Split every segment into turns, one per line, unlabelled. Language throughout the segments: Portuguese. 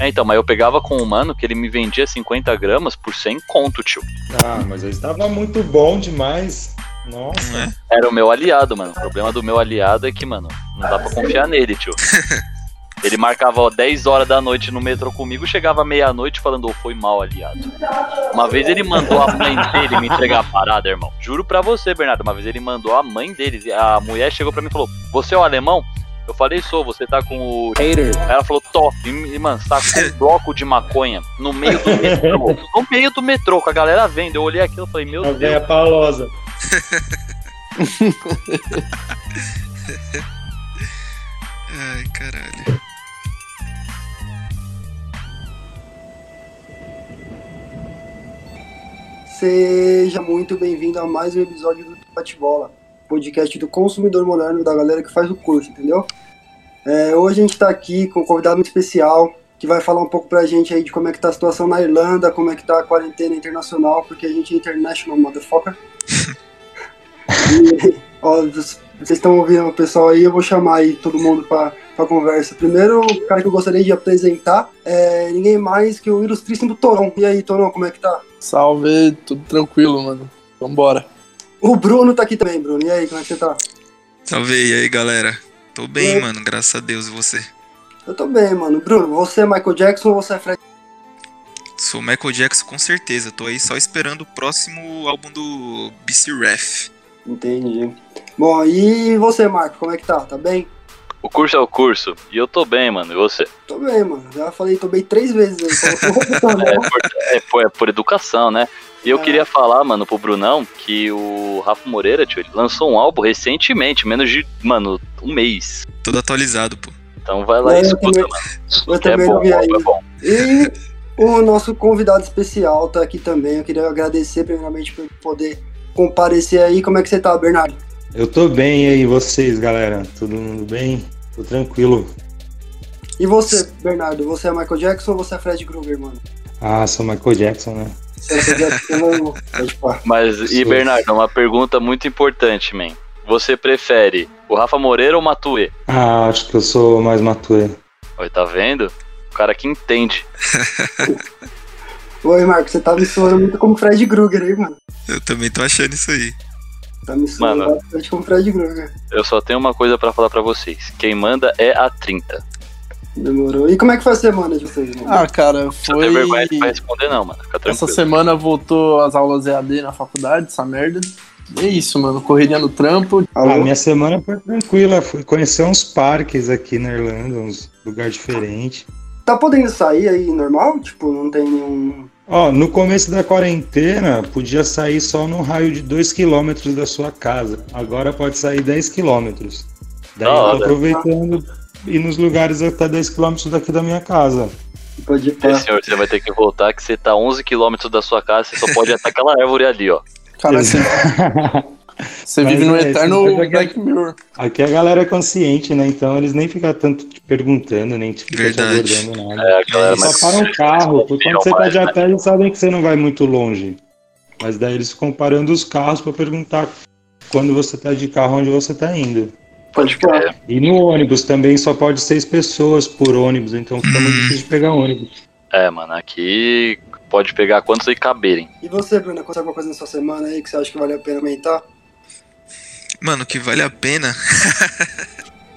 É, então, mas eu pegava com um mano que ele me vendia 50 gramas por 100 conto, tio.
Ah, mas eu estava muito bom demais. Nossa.
Era o meu aliado, mano. O problema do meu aliado é que, mano, não dá pra confiar nele, tio. Ele marcava ó, 10 horas da noite no metrô comigo, chegava meia-noite falando, ô, foi mal, aliado. Uma vez ele mandou a mãe dele me entregar a parada, irmão. Juro pra você, Bernardo, uma vez ele mandou a mãe dele, a mulher chegou pra mim e falou, você é o alemão? Eu falei, sou, você tá com o... Aí Ela falou, top. E, mano, sacou um bloco de maconha no meio do metrô. No meio do metrô, com a galera vendo. Eu olhei aquilo e falei, meu
A
Deus.
velha palosa.
Ai, caralho.
Seja muito bem-vindo a mais um episódio do Bate-Bola, podcast do consumidor moderno, da galera que faz o curso, entendeu? É, hoje a gente tá aqui com um convidado muito especial, que vai falar um pouco pra gente aí de como é que tá a situação na Irlanda, como é que tá a quarentena internacional, porque a gente é international, motherfucker. e, ó, vocês estão ouvindo o pessoal aí, eu vou chamar aí todo mundo pra, pra conversa. Primeiro, o cara que eu gostaria de apresentar é ninguém mais que o ilustríssimo Toron. E aí, Toron, como é que tá?
Salve, tudo tranquilo, mano. Vambora.
O Bruno tá aqui também, Bruno. E aí, como é que você tá?
Salve e aí, galera. Tô bem,
Oi.
mano, graças a Deus. E você?
Eu tô bem, mano. Bruno, você é Michael Jackson ou você é Fred?
Sou Michael Jackson com certeza. Tô aí só esperando o próximo álbum do BC Ref.
Entendi. Bom, e você, Marco, como é que tá? Tá bem?
O curso é o curso. E eu tô bem, mano. E você?
Tô bem, mano. Já falei, tô bem três vezes aí. Então, eu vou
É
voltar, né?
por, é por- é por educação, né? E eu
É.
queria falar, mano, pro Brunão, que o Rafa Moreira, tio, ele lançou um álbum recentemente, menos de, mano, um mês.
Todo atualizado, pô.
Então vai lá
É,
e
eu
escuta,
também-
mano.
eu também
é bom,
não vi
o álbum
ainda.
é bom.
E o nosso convidado especial tá aqui também. Eu queria agradecer, primeiramente, por poder comparecer aí. Como é que você tá, Bernardo?
Eu tô bem e aí, vocês, galera? Todo mundo bem? Tô tranquilo.
E você, Bernardo, você é Michael Jackson ou você é Fred Krueger, mano?
Ah, sou Michael Jackson, né?
Você é Michael Jackson É, ou Fred Pá?
Mas, e
Sim.
Bernardo, uma pergunta muito importante, man. Você prefere o Rafa Moreira ou o Matue?
Ah, acho que eu sou mais maturo.
Oi, tá vendo? O cara que entende.
Oi, Marco, você tá me soando muito como Fred Krueger aí, mano.
Eu também tô achando isso aí.
Tá me soando
Mano.
bastante como Fred Krueger.
Eu só tenho uma coisa pra falar pra vocês. Quem manda é a 30.
Demorou. E como é que foi a semana de vocês, mano?
Ah, cara,
Não
foi.
tem vergonha de responder, não, mano. Fica
Essa
tranquilo.
semana voltou as aulas EAD na faculdade, essa merda. E É isso, mano. Correria no trampo.
A
Alô?
Ah, minha semana foi tranquila. Fui conhecer uns parques aqui na Irlanda, uns lugares diferentes.
Tá podendo sair aí normal? Tipo, não tem nenhum.
Ó, no começo da quarentena, podia sair só no raio de 2km da sua casa. Agora pode sair 10km.
Da
Daí eu tô
hora.
aproveitando e nos lugares até 10km daqui da minha casa.
Pode ir
É,
pra...
senhor, você vai ter que voltar que você tá 11 km da sua casa, você só pode ir até aquela árvore ali, ó.
Cara, você, você
Mas
vive num
é,
eterno
esse-
Black Mirror.
Aqui a galera é consciente, né? Então eles nem ficam tanto te perguntando, nem te ficam te
Verdade.
abordando nada.
É, a galera
Eles
mais né?
Só para o carro, porque quando você tá de a pé, eles sabem que você não vai muito longe. Mas daí eles ficam comparando os carros para perguntar quando você tá de carro, onde você tá indo.
Pode falar.
E no ônibus também só pode seis pessoas por ônibus, então fica
Hum.
muito difícil de pegar ônibus.
É, mano, aqui pode pegar quantos aí caberem.
E você, Bruno, aconteceu alguma coisa na sua semana aí que você acha que vale a pena aumentar?
Mano, que vale a pena.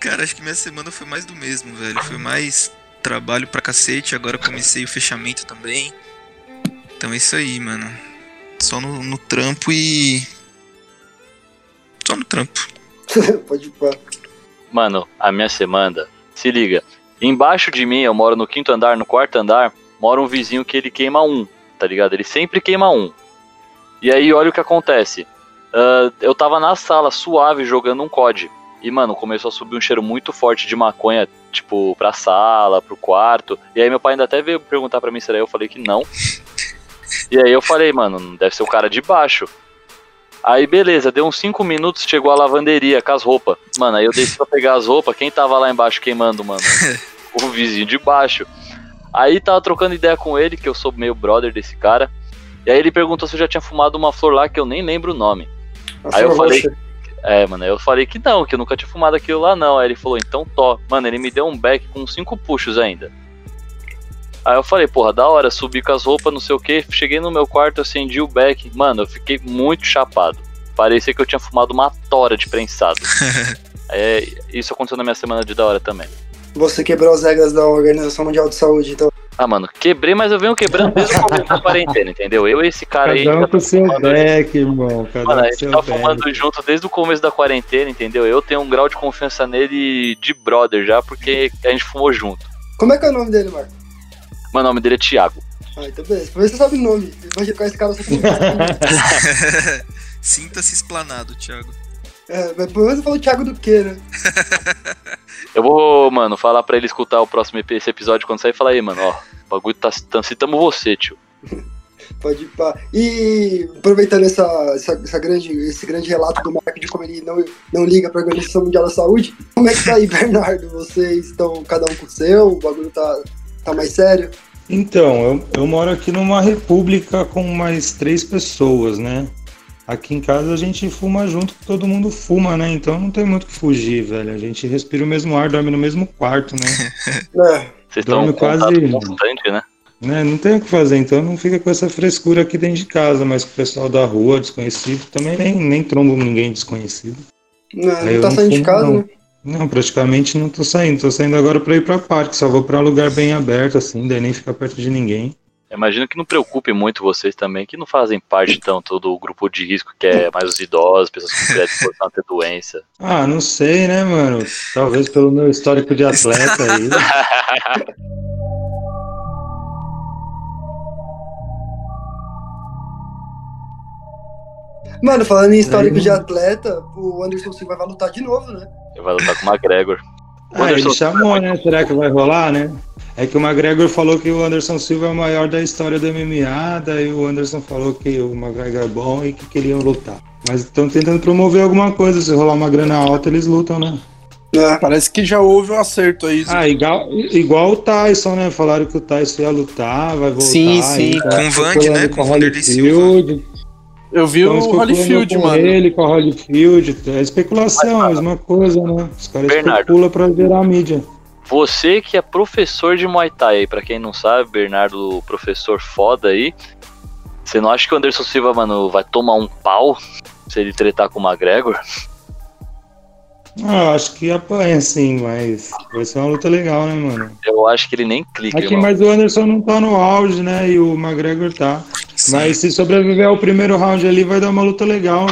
Cara, acho que minha semana foi mais do mesmo, velho. Foi mais trabalho pra cacete. Agora comecei o fechamento também. Então é isso aí, mano. Só no, no trampo e. Só no trampo.
Pode pá.
Mano, a minha semana, se liga. Embaixo de mim, eu moro no quinto andar, no quarto andar, mora um vizinho que ele queima um, tá ligado? Ele sempre queima um. E aí, olha o que acontece. Ah, eu tava na sala, suave, jogando um COD. E, mano, começou a subir um cheiro muito forte de maconha, tipo, pra sala, pro quarto. E aí, meu pai ainda até veio perguntar pra mim se era eu. Eu falei que não. E aí, eu falei, mano, deve ser o cara de baixo. Aí, beleza, deu uns 5 minutos, chegou a lavanderia com as roupas. Mano, aí eu desci pra pegar as roupas. Quem tava lá embaixo queimando, mano? o vizinho de baixo. Aí tava trocando ideia com ele, que eu sou meio brother desse cara. E aí ele perguntou se eu já tinha fumado uma flor lá que eu nem lembro o nome.
A
Aí eu
flor
falei-
roxa.
É, mano, eu falei que não, que eu nunca tinha fumado aquilo lá, não. Aí ele falou, então to. Mano, ele me deu um back com cinco puxos ainda. Aí eu falei, porra, da hora, subi com as roupas, não sei o que. Cheguei no meu quarto, acendi o back. Mano, eu fiquei muito chapado. Parecia que eu tinha fumado uma tora de prensado. é, isso aconteceu na minha semana de da hora também.
Você quebrou as regras da Organização Mundial de Saúde, então.
Ah, mano, quebrei, mas eu venho quebrando desde o começo da quarentena, entendeu? Eu e esse cara aí.
Cada um
já
com
tá
seu
fumando-
deck, irmão. Cada
Mano,
um
a
com
gente
seu
tá
deck.
fumando junto desde o começo da quarentena, entendeu? Eu tenho um grau de confiança nele de brother já, porque a gente fumou junto.
Como é que é o nome dele, Marco?
Mano, o nome dele é Thiago.
Ah, então beleza. Vê se você sabe o nome. Vai ficar esse cara só com
Sinta-se esplanado, Thiago.
É, mas pelo menos eu falo Thiago do quê, né?
Eu vou, mano, falar pra ele escutar o próximo EP, esse episódio quando sair e falar aí, mano, ó, o bagulho tá tá- citamos você, tio.
Pode ir pra... E aproveitando essa, essa, essa grande, esse grande relato do Marco de como ele não, não liga pra Organização Mundial da Saúde, como é que tá aí, Bernardo? Vocês estão cada um com o seu? O bagulho tá, tá mais sério?
Então, eu, eu moro aqui numa república com mais três pessoas, né? Aqui em casa a gente fuma junto, todo mundo fuma, né? Então não tem muito o que fugir, velho. A gente respira o mesmo ar, dorme no mesmo quarto, né?
É,
Vocês estão em
Dorme quase-
contato constante, né?
Né, Não tem o que fazer, então não fica com essa frescura aqui dentro de casa, mas com o pessoal da rua, desconhecido, também nem, nem trombo ninguém desconhecido.
não,
Eu
não tá
não
saindo de
fumo,
casa,
não.
né?
Não, praticamente não tô saindo, tô saindo agora pra ir pra parque, só vou pra lugar bem aberto, assim, daí nem ficar perto de ninguém.
Eu Imagino que não preocupe muito vocês também, que não fazem parte tanto do grupo de risco, que é mais os idosos, pessoas que tiveram disposição a ter doença.
Ah, não sei, né, mano? Talvez pelo meu histórico de atleta aí.
Mano, falando em histórico
Aí não-
de atleta, o Anderson Silva vai lutar de novo, né?
Ele vai lutar com o McGregor. O
Ah,
Anderson
ele chamou, né? Será que vai rolar, né? É que o McGregor falou que o Anderson Silva é o maior da história do MMA, daí o Anderson falou que o McGregor é bom e que queriam lutar. Mas estão tentando promover alguma coisa, se rolar uma grana alta, eles lutam, né?
É.
Parece que já houve um acerto aí.
Ah, igual, igual o Tyson, né? Falaram que o Tyson ia lutar, vai voltar.
Sim, sim.
e tá
Com o Vandy,
especulando
né? Com o Vanderlei Silva.
Holyfield,
Eu vi
tão
o
especulando
Holyfield,
com
mano.
Ele, com o Holyfield, é especulação, a mesma coisa, né? Os caras
Bernardo.
especulam pra gerar mídia.
Você que é professor de Muay Thai aí, pra quem não sabe, Bernardo, professor foda aí. Você não acha que o Anderson Silva, mano, vai tomar um pau se ele tretar com o McGregor?
Ah, eu acho que apanha sim, mas vai ser uma luta legal, né, mano?
Eu acho que ele nem clica,
Aqui,
irmão.
mas o Anderson não tá no auge, né? E o McGregor tá.
Sim.
Mas se sobreviver ao primeiro round ali, vai dar uma luta legal.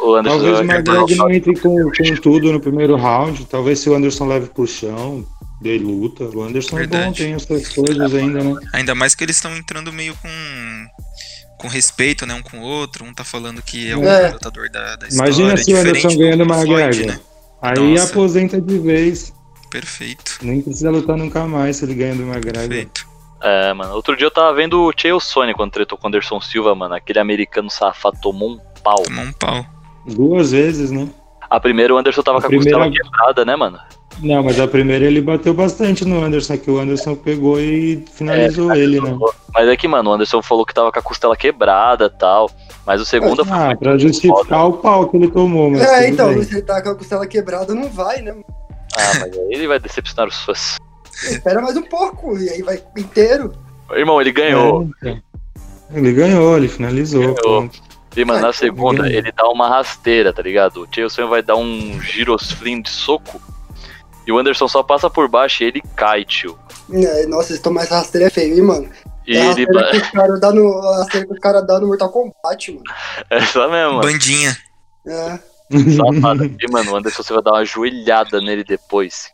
O Anderson
Talvez o
Silva vai
McGregor
tomar um
não
pau.
entre com, com tudo no primeiro round. Talvez se o Anderson leve pro chão, dê luta. O Anderson é bom,
Verdade.
tem essas coisas ainda, né?
Ainda mais que eles estão entrando meio com com respeito, né, um com o outro. Um tá falando que é o
É.
melhor lutador da, da história.
Imagina se o
diferente
Anderson
do
ganhando uma
Floyd,
greve.
né?
Aí
Nossa.
aposenta de vez.
Perfeito,
Nem precisa lutar nunca mais se ele ganha do McGregor.
perfeito.
É, mano. Outro dia eu tava vendo o Chael Sony quando tretou com o Anderson Silva, mano. Aquele americano safado tomou um pau.
Tomar um pau.
Duas vezes, né?
A primeira o Anderson tava
A
com a
primeira-
costela quebrada, né, mano?
Não, mas a primeira ele bateu bastante no Anderson, que o Anderson pegou e finalizou ele, né?
É, Mas é que, mano, o Anderson falou que tava com a costela quebrada e tal. Mas o segundo foi
Ah, pra justificar o pau que ele tomou, mas.
É,
tudo
então,
bem.
você tá com a costela quebrada, não vai, né?
Ah, mas aí ele vai decepcionar os fãs.
Espera mais um pouco, e aí vai inteiro.
Irmão, ele ganhou.
É, então. Ele ganhou, ele finalizou.
Ganhou.
pronto.
E, mano, na
Ah,
segunda,
É. ganhou.
ele dá uma rasteira, tá ligado? O Chaelson vai dar um girosflim de soco. E o Anderson só passa por baixo e ele cai, tio.
É, Nossa, vocês estão mais rasteira é feio, hein, mano?
E
é a
ele.
rasteira que os caras dão no, a rasteira que os caras dão no Mortal Kombat, mano.
Essa é mesmo, mano.
Bandinha.
É.
Safado. E, mano, o Anderson você vai dar uma joelhada nele depois.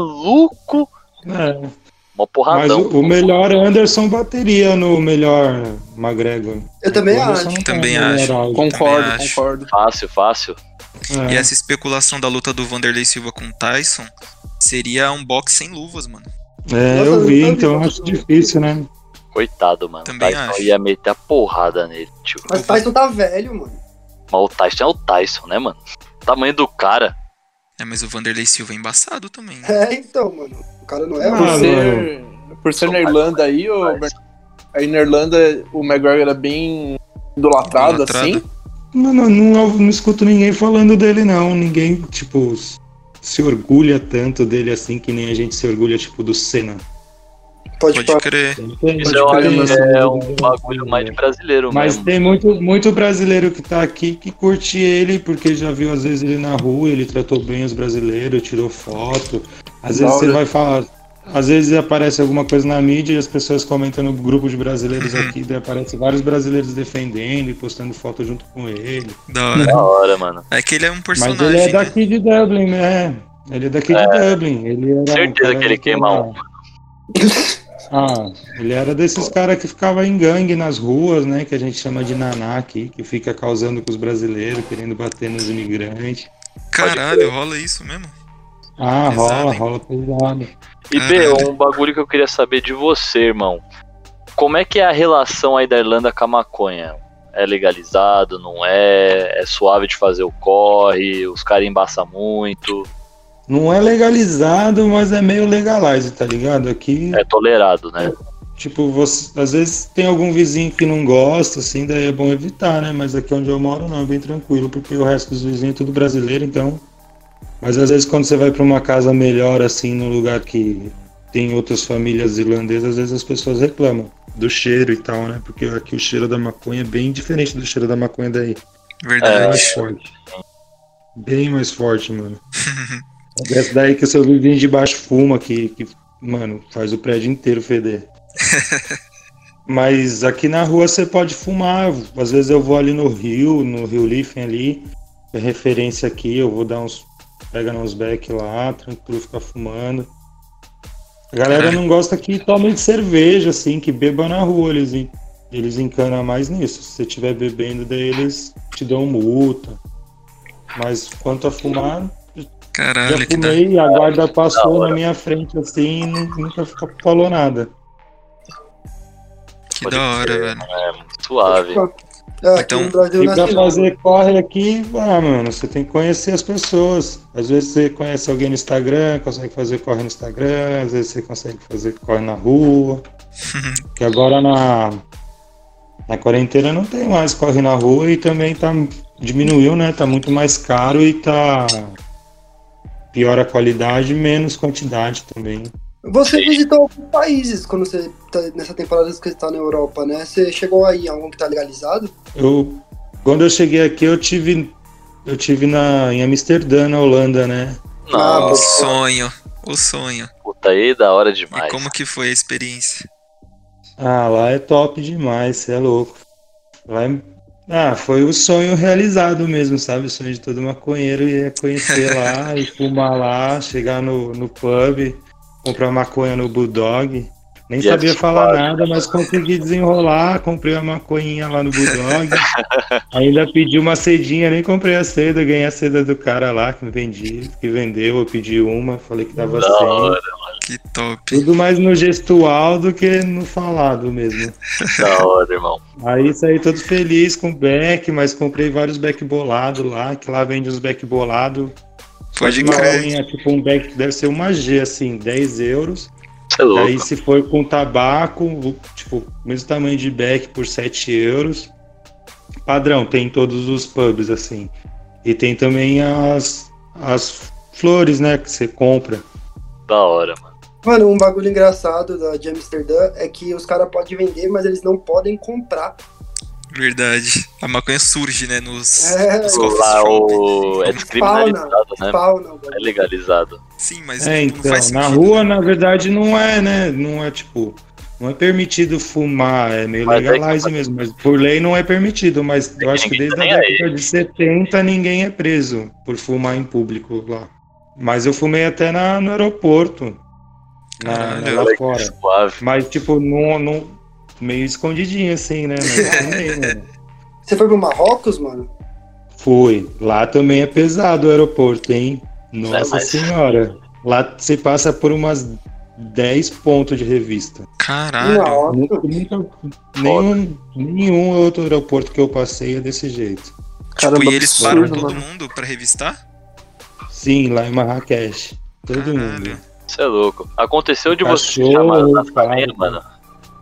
Maluco!
É,
Uma
mas
porradão.
o, o melhor Anderson bateria no melhor McGregor.
Eu também
O Anderson
acho.
não tá
Também
no melhor
acho.
auge.
Concordo,
acho.
concordo.
Fácil, fácil.
É.
E essa especulação da luta do Vanderlei Silva com o Tyson seria um boxe sem luvas, mano.
É,
Nossa,
eu vi,
eu não
então
vi.
acho difícil, né?
Coitado, mano.
Também
Tyson
acho.
ia meter a porrada nele, tio.
Mas o Tyson tá velho, mano.
Mas o Tyson é o Tyson, né, mano? O tamanho do cara.
É, mas o Vanderlei Silva é embaçado também, né?
É, então, mano. O cara não é
Ah,
Por
ruim.
ser, por ser na Irlanda aí, o, aí na Irlanda o McGregor era bem idolatrado,
Idolatrado. Tipo,
assim.
Não, não, não, não escuto ninguém falando dele, não. Ninguém, tipo, se orgulha tanto dele assim que nem a gente se orgulha, tipo, do Senna.
Pode,
Pode
parar.
crer.
Isso eu
Pode
acho
crer,
que
mas-
é um bagulho mais de brasileiro
Mas
mesmo.
tem muito, muito brasileiro que tá aqui que curte ele, porque já viu às vezes ele na rua, ele tratou bem os brasileiros, tirou foto. Às vezes
Da
você
hora.
vai falar. Às vezes aparece alguma coisa na mídia e as pessoas comentam no grupo de brasileiros aqui, daí aparece vários brasileiros defendendo e postando foto junto com ele.
Da hora.
Da hora, mano.
É que ele é um personagem.
Mas ele é
né?
daqui de Dublin, né? Ele é daqui de Dublin. Ele era
Certeza
cara
que ele
que
queima um.
Ah, ele era desses caras que ficava em gangue nas ruas, né? Que a gente chama de naná aqui, que fica causando com os brasileiros, querendo bater nos imigrantes.
Caralho, rola isso mesmo?
Ah,
Pesado,
rola,
hein?
rola pesado.
E B,
Caralho.
um bagulho que eu queria saber de você, irmão. Como é que é a relação aí da Irlanda com a maconha? É legalizado, não é? É suave de fazer o corre, os caras embaçam muito.
Não é legalizado, mas é meio legalize, tá ligado? Aqui,
É tolerado, né?
tipo, você, às vezes tem algum vizinho que não gosta, assim, daí é bom evitar, né? Mas aqui onde eu moro não, é bem tranquilo, porque o resto dos vizinhos é tudo brasileiro, então. Mas às vezes quando você vai pra uma casa melhor, assim, num lugar que tem outras famílias irlandesas, às vezes as pessoas reclamam do cheiro e tal, né? Porque aqui o cheiro da maconha é bem diferente do cheiro da maconha daí. É Bem
Verdade.
mais forte. Bem mais forte, mano. Essa daí que o seu vizinho de baixo fuma, que, que, mano, faz o prédio inteiro feder. Mas aqui na rua você pode fumar. Às vezes eu vou ali no Rio, no Rio Liffen ali, é referência aqui, eu vou dar uns. Pega uns back lá, tranquilo, ficar fumando. A galera não gosta que tome de cerveja, assim, que beba na rua, eles en- eles encanam mais nisso. Se você estiver bebendo, daí eles te dão multa. Mas quanto a fumar, já
Caralho, que da
fumei, a guarda
Da
passou
hora.
na minha frente assim e nu- nunca f- falou nada.
Que
Pode
da hora,
crer,
velho.
É muito suave.
É, aqui
Então,
no Brasil
E
não é
pra
assim,
fazer corre aqui, ah, mano, você tem que conhecer as pessoas. Às vezes você conhece alguém no Instagram, consegue fazer corre no Instagram, às vezes você consegue fazer corre na rua. que agora na, na quarentena não tem mais corre na rua e também tá diminuiu, né? Tá muito mais caro e tá pior a qualidade, menos quantidade também.
não. Você visitou alguns países quando você tá nessa temporada que você tá na Europa, né? Você chegou aí em algum que tá legalizado?
Eu, quando eu cheguei aqui, eu tive, eu tive na, em Amsterdã, na Holanda, né?
Ah,
O
Nossa,
sonho. O sonho.
puta aí, da hora
E
demais.
como que foi a experiência?
Ah, lá é top demais, você é louco. Lá é- ah, foi o sonho realizado mesmo, sabe? O sonho de todo maconheiro e é conhecer lá e fumar lá, chegar no, no pub, comprar maconha no Bulldog. Nem
E é
sabia
ativar.
falar nada, mas consegui desenrolar, comprei a maconhinha lá no Bulldog. Ainda pedi uma cedinha, nem comprei a seda, ganhei a seda do cara lá que me vendi, que vendeu, eu pedi uma, falei que tava
Da
sem.
hora,
Que top.
Tudo mais no gestual do que no falado mesmo.
é?
da hora, irmão.
Aí saí todo feliz com o back, mas comprei vários back bolado lá, que lá vende uns back bolado.
Pode
uma
crer.
bolinha, tipo um back, deve ser uma G, assim, 10 euros.
Você é louco.
Aí se for com tabaco, tipo, mesmo tamanho de back por 7 euros. Padrão, tem em todos os pubs, assim. E tem também as, as flores, né, que você compra.
Da hora, mano.
Mano, um bagulho engraçado da, de Amsterdã é que os caras podem vender, mas eles não podem comprar.
Verdade. A maconha surge, né? Nos,
É,
nos
Coffee
Lá
shop.
o... é descriminalizado, né?
Fauna,
É legalizado.
Sim, mas
É,
não
então,
faz sentido.
na rua, na verdade, não é, né? Não é tipo. Não é permitido fumar, é meio
Mas é que-
legalize mesmo. Mas por lei não é permitido, mas eu acho que
Ninguém tá
desde a
nem aí.
década de 70 ninguém é preso por fumar em público lá. Mas eu fumei até na, no aeroporto. na-
Caralho,
lá
Olha que
fora.
É Suave.
Mas, tipo, não, não, meio escondidinho assim, né? Mas fumei, né?
Você foi pro Marrocos, mano?
Foi. Lá também é pesado o aeroporto, hein?
É,
Nossa
mas-
senhora. Lá você passa por umas 10 pontos de revista.
Uma
Caralho.
hora.
Nunca, nunca- nenhum, nenhum outro aeroporto que eu passei é desse jeito.
Caramba,
tipo, e eles param
absurdo,
todo
mano.
mundo pra revistar?
Sim, lá em Marrakech. Todo
Caralho.
mundo.
Você é louco. Aconteceu de você
Cachorro,
chamar na
cara.
família, mano?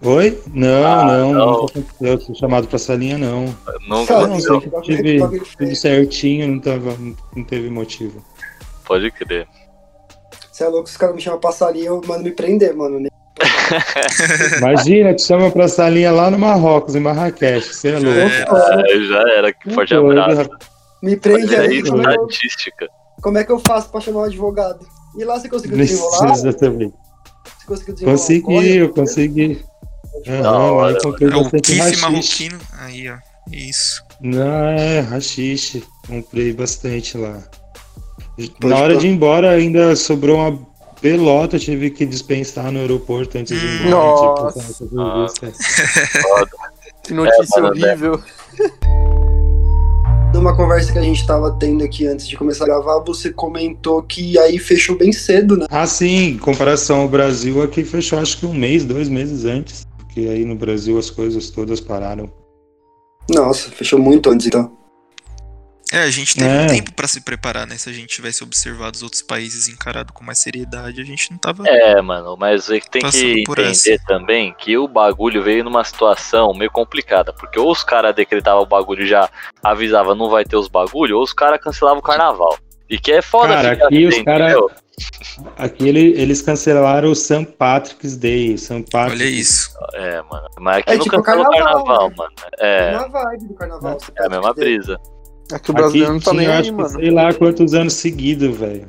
Oi? Não,
Ah,
não,
não.
não. Eu fui chamado pra salinha, não.
Não,
Só-
não,
não.
sempre
é
tive tudo certinho, não, tava, não teve motivo.
pode crer.
Você é louco, se os caras me chamam pra salinha, eu mando me prender, mano. né?
Imagina, te chama pra salinha lá no Marrocos, em Marrakech, você é louco.
É,
Ó,
É, já era, que forte
Doido,
abraço.
rapaz.
me prende
Olha
aí,
isso, né?
né?
como é, que eu,
estatística.
como é que eu faço pra chamar um advogado? E lá você conseguiu desenrolar?
Precisa também.
Você conseguiu desenrolar?
Conseguiu, consegui.
né? Da
Não,
hora,
aí comprei
é o
bastante
kiff
rachixe.
marroquino. Aí, ó. Isso.
Não, é, rachixe. Comprei bastante lá.
Pode
Na hora
pôr.
de ir embora, ainda sobrou uma pelota, eu tive que dispensar no aeroporto antes de ir embora.
Nossa.
Tipo, fazer uma busca.
Que notícia
É, mano, né?
horrível.
Numa conversa que a gente tava tendo aqui antes de começar a gravar, você comentou que aí fechou bem cedo, né?
Ah, sim, em comparação ao Brasil, aqui fechou acho que um mês, dois meses antes. Porque aí no Brasil as coisas todas pararam.
Nossa, fechou muito antes então.
É, a gente teve
É.
um tempo pra se preparar, né? Se a gente tivesse observado os outros países e encarado com mais seriedade, a gente não tava.
É, mano, mas é que tem que
Passando Tá por
entender
essa.
também que o bagulho veio numa situação meio complicada, porque ou os caras decretavam o bagulho e já avisava não vai ter os bagulho, ou os caras cancelavam o carnaval. E que é foda
Cara,
ficar
aqui os
assim,
cara-
entendeu?
Aqui ele- eles cancelaram o St. Patrick's Day. St. Patrick's
Olha isso.
É, mano, mas aqui
É
não
tipo
cancela o
carnaval,
carnaval,
né?
mano. É,
Uma vibe do carnaval. você tá
é a
pode
mesma
dizer.
brisa.
É que o brasileiro não tá
tinha,
nem
eu
aí,
acho que
mano.
sei lá quantos anos seguidos, velho.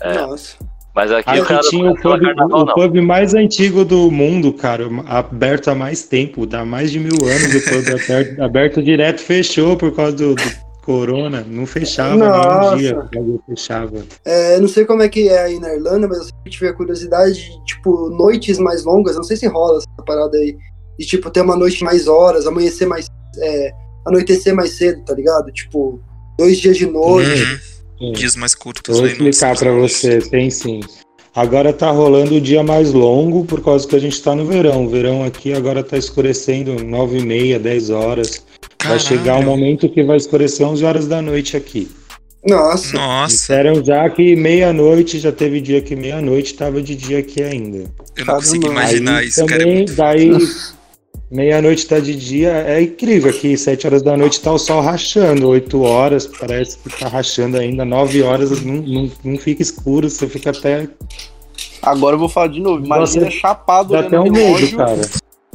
É.
Nossa.
Mas aqui, o
Aqui
cara
tinha
não
o
cancela
pub,
carnaval,
o
não.
pub mais antigo do mundo, cara, aberto há mais tempo, dá mais de mil anos o pub aberto, aberto direto, fechou por causa do, do corona, não fechava nem
Nossa.
um dia, o bagulho fechava.
É, eu não sei como é que é aí na Irlanda, mas eu sempre tive a curiosidade de, tipo, noites mais longas, não sei se rola essa parada aí, de, tipo, ter uma noite mais horas, amanhecer mais, é, anoitecer mais cedo, tá ligado? Tipo, dois dias de noite,
Uhum.
É.
Dias mais curtos né,
Vou
aí, não
explicar
sei
pra
se-
você, tem sim. Agora tá rolando o dia mais longo por causa que a gente tá no verão. O verão aqui agora tá escurecendo 9 e meia, 10 horas. Vai
Caralho.
chegar um momento que vai escurecer 11 horas da noite aqui. Uhum. um-
nossa,
Nossa,
Disseram já que meia-noite, já teve dia que meia-noite tava de dia aqui ainda.
eu não
Caramba.
consigo imaginar
Aí
isso, cara. É
também,
muito-
daí meia-noite tá de dia, é incrível que sete horas da noite tá o sol rachando, oito horas parece que tá rachando ainda, nove horas não, não, não fica escuro, você fica até
Agora eu vou falar de novo. Imagina
Nossa,
chapado
dá
olhando
até
o
um medo,
relógio.
cara.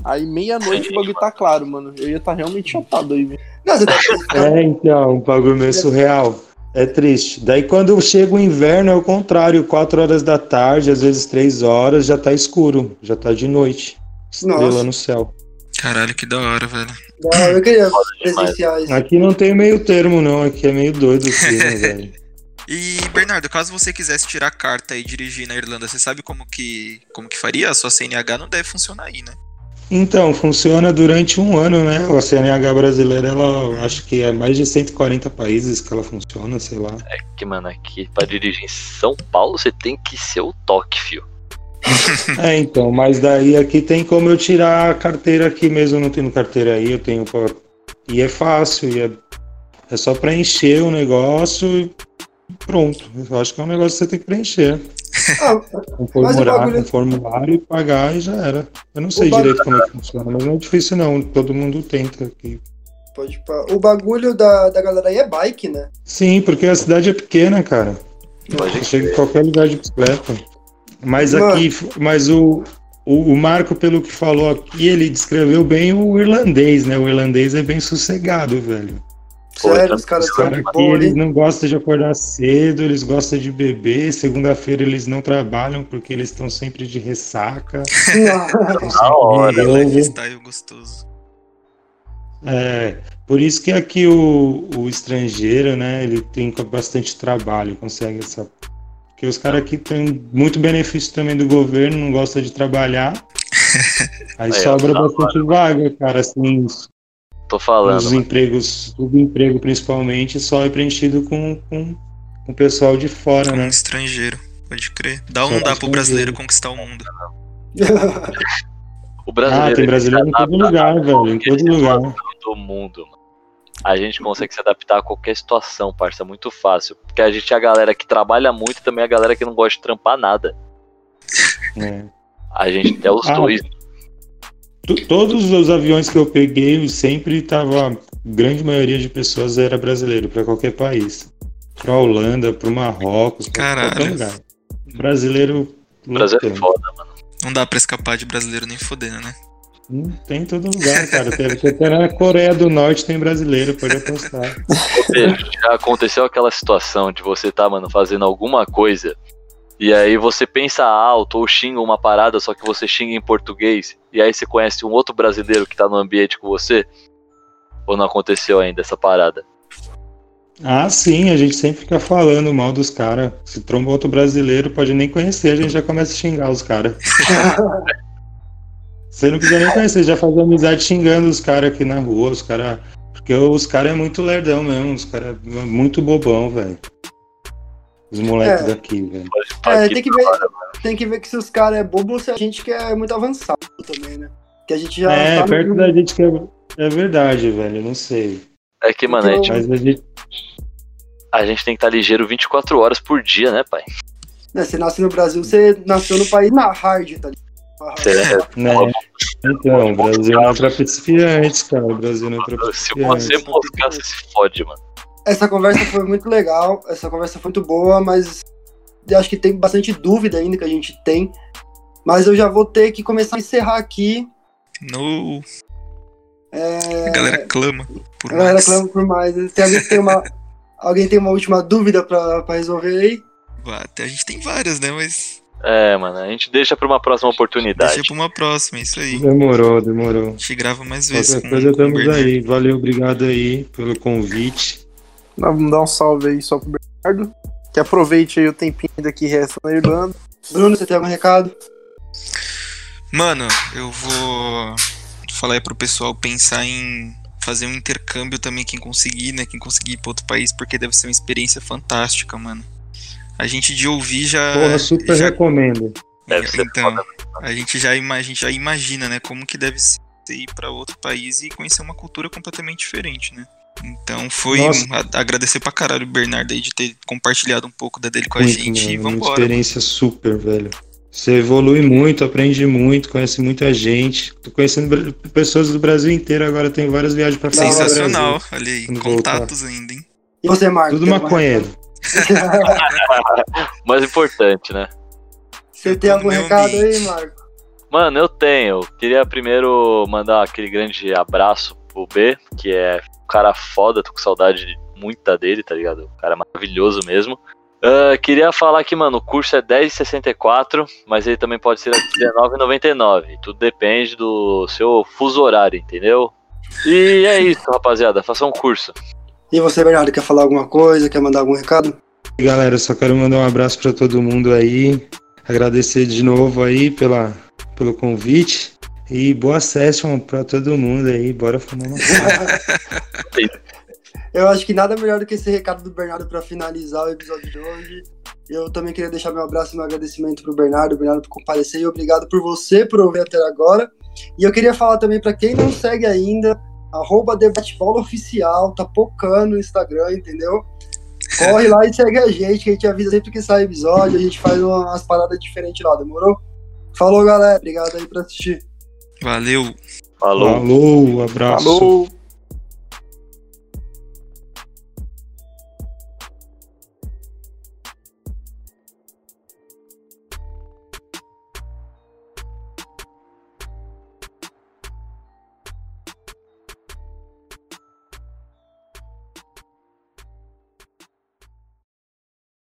Aí meia-noite o bagulho tá claro, mano. Eu ia estar tá realmente chapado aí, velho.
Não, você tá-
É, então, um bagulho meio surreal. É triste. Daí quando chega o inverno é o contrário, quatro horas da tarde, às vezes três horas, já tá escuro, já tá de noite. Estrela
Nossa.
no céu.
Caralho, que da hora, velho.
não, eu queria presenciar isso.
Aqui não tem meio termo, não. Aqui é meio doido o clima, velho.
E, Bernardo, caso você quisesse tirar carta e dirigir na Irlanda, você sabe como que, como que faria? A sua CNH não deve funcionar aí, né?
Então, funciona durante um ano, né? A CNH brasileira, ela acho que é mais de 140 países que ela funciona, sei lá.
Que, mano, aqui pra dirigir em São Paulo você tem que ser o toque, fio.
É, então, mas daí aqui tem como eu tirar a carteira aqui mesmo, eu não tenho carteira aí, eu tenho. pra- E é fácil, e é, é só preencher o negócio e pronto. Eu acho que é um negócio que você tem que preencher.
Ah,
Um formulário,
bagulho-
um formulário e pagar e já era. Eu não sei
O bagulho-
direito como é que funciona, mas não é difícil não, todo mundo tenta aqui.
pode pá. O bagulho da, da galera aí é bike, né?
Sim, porque a cidade é pequena, cara.
Pode
Chega em qualquer lugar de bicicleta. Mas
Mano.
aqui, mas o, o, o Marco, pelo que falou aqui, ele descreveu bem o irlandês, né? O irlandês é bem sossegado, velho.
Pô,
Sério,
então,
os caras
os
são
Cara,
é muito
aqui né?
bons,
eles
hein?
não gostam de acordar cedo, eles gostam de beber. Segunda-feira eles não trabalham porque eles estão sempre de ressaca.
Não.
Da hora.
Eu-
Lifestyle gostoso.
É, por isso que aqui o, o estrangeiro, né, ele tem bastante trabalho, consegue essa. Porque os caras aqui têm muito benefício também do governo, não gosta de trabalhar.
Aí,
Aí
ó,
sobra
tá
bastante vaga, cara, assim, os
Tô falando. né?
os empregos, o emprego principalmente, só é preenchido com, com, com o pessoal de fora,
Como um
né?
estrangeiro, pode crer. Dá ou
Só
não dá pro
estrangeiro.
brasileiro conquistar o mundo?
O
Ah,
brasileiro,
tem
ele tá
brasileiro
se
em todo
adapta
lugar,
a
velho, em
qualquer
todo lugar.
situação do mundo, mano. A gente consegue se adaptar a qualquer situação, parça, é muito fácil. Porque a gente é a galera que trabalha muito e também a galera que não gosta de trampar nada.
né?
A gente é os
Ah.
dois.
to- todos os aviões que eu peguei, sempre tava. A grande maioria de pessoas era brasileiro, para qualquer país. Pra Holanda, pro Marrocos, pra qualquer
Caralho.
lugar. Brasileiro.
Brasil é
lotando.
foda, mano.
Não dá pra escapar de brasileiro nem fodendo, né?
Hum, Tem em todo lugar, cara. Teve que até na Coreia do Norte tem brasileiro, pode apostar.
Você, já aconteceu aquela situação de você tá, mano, fazendo alguma coisa e aí você pensa alto ou xinga uma parada, só que você xinga em português e aí você conhece um outro brasileiro que tá no ambiente com você? Ou não aconteceu ainda essa parada?
Ah, sim, a gente sempre fica falando mal dos caras. Se tromba outro brasileiro, pode nem conhecer, a gente já começa a xingar os caras. Você não precisa nem conhecer, já faz amizade xingando os caras aqui na rua, os caras. Porque os caras é muito lerdão mesmo, os caras é muito bobão, velho. Os moleques
É.
daqui, velho.
Pode-
É,
aqui
tem que ver, tem que ver que se os caras é bobo ou se a gente que é muito avançado também, né? Que a gente já
É,
tá
perto
no...
da gente que é. É verdade, velho, eu não sei.
É que, mano, a gente,
Mas a gente.
a gente tem que estar ligeiro 24 horas por dia, né, pai?
né, Você nasce no Brasil, você nasceu no país na hard, tá ligado?
Você-
Né? Então, o Brasil não é pra principiantes, cara. O Brasil não é pra
se você
principiantes.
moscar, você se fode, mano.
Essa conversa foi muito legal, essa conversa foi muito boa, mas eu acho que tem bastante dúvida ainda que a gente tem. Mas eu já vou ter que começar a encerrar aqui. É,
No. A galera clama por
A galera
mais.
clama por mais. Tem alguém que tem uma, alguém tem uma última dúvida pra, pra resolver aí?
Vá, até A gente tem várias, né? Mas
É, mano, a gente deixa pra uma próxima oportunidade.
deixa pra uma próxima, é isso aí.
Demorou, demorou.
A gente grava mais vezes.
Qualquer coisa,
com o
Então, estamos
Bernardo.
aí. Valeu, obrigado aí pelo convite.
Nós Vamos dar um salve aí só pro Bernardo. Que aproveite aí o tempinho ainda que resta na Irlanda.
Bruno, você tem algum recado?
Mano, eu vou falar aí pro pessoal pensar em fazer um intercâmbio também, quem conseguir, né? Quem conseguir ir pra outro país, porque deve ser uma experiência fantástica, mano. A gente de ouvir já.
Porra, super
Ah, já-
recomendo.
Deve ser
então, a gente já, ima- a gente já imagina, né, como que deve ser ir pra outro país e conhecer uma cultura completamente diferente, né? Então foi
Nossa.
um- a- agradecer pra caralho o Bernardo aí de ter compartilhado um pouco da dele com a
Muito,
gente e
mano, uma
vambora.
experiência super, velho. Você evolui muito, aprende muito, conhece muita gente. Tô conhecendo bra- pessoas do Brasil inteiro agora, tem várias viagens pra fazer. no
Sensacional, olha aí,
Quando
contatos ainda, hein?
E você,
Brasil.
Marcos?
Tudo
tem algum
maconheiro.
recado?
mais importante, né?
Você tem algum
Meu
recado aí,
ambiente.
Marco?
Mano, eu tenho. Queria primeiro mandar aquele grande abraço pro B, que é um cara foda, tô com saudade de- muita dele, tá ligado? Um cara maravilhoso mesmo. Ah, queria falar que, mano, o curso é 10,64, mas ele também pode ser a 19,99. Tudo depende do seu fuso horário, entendeu? E é isso, rapaziada. Faça um curso.
E você, Bernardo, quer falar alguma coisa? Quer mandar algum recado?
E, Galera, eu só quero mandar um abraço pra todo mundo aí. Agradecer de novo aí pela, pelo convite. E boa session pra todo mundo aí. Bora fumar uma
Eu acho que nada melhor do que esse recado do Bernardo para finalizar o episódio de hoje. Eu também queria deixar meu abraço e meu agradecimento pro Bernardo, Bernardo por comparecer e obrigado por você por ouvir até agora. E eu queria falar também para quem não segue ainda, arroba Debatebola Oficial, tá pocando no Instagram, entendeu? Corre lá e segue a gente, que a gente avisa sempre que sai episódio, a gente faz uma- umas paradas diferentes lá, demorou? Falou, galera. Obrigado aí por assistir.
Valeu.
Falou.
Falou, abraço.
Falou!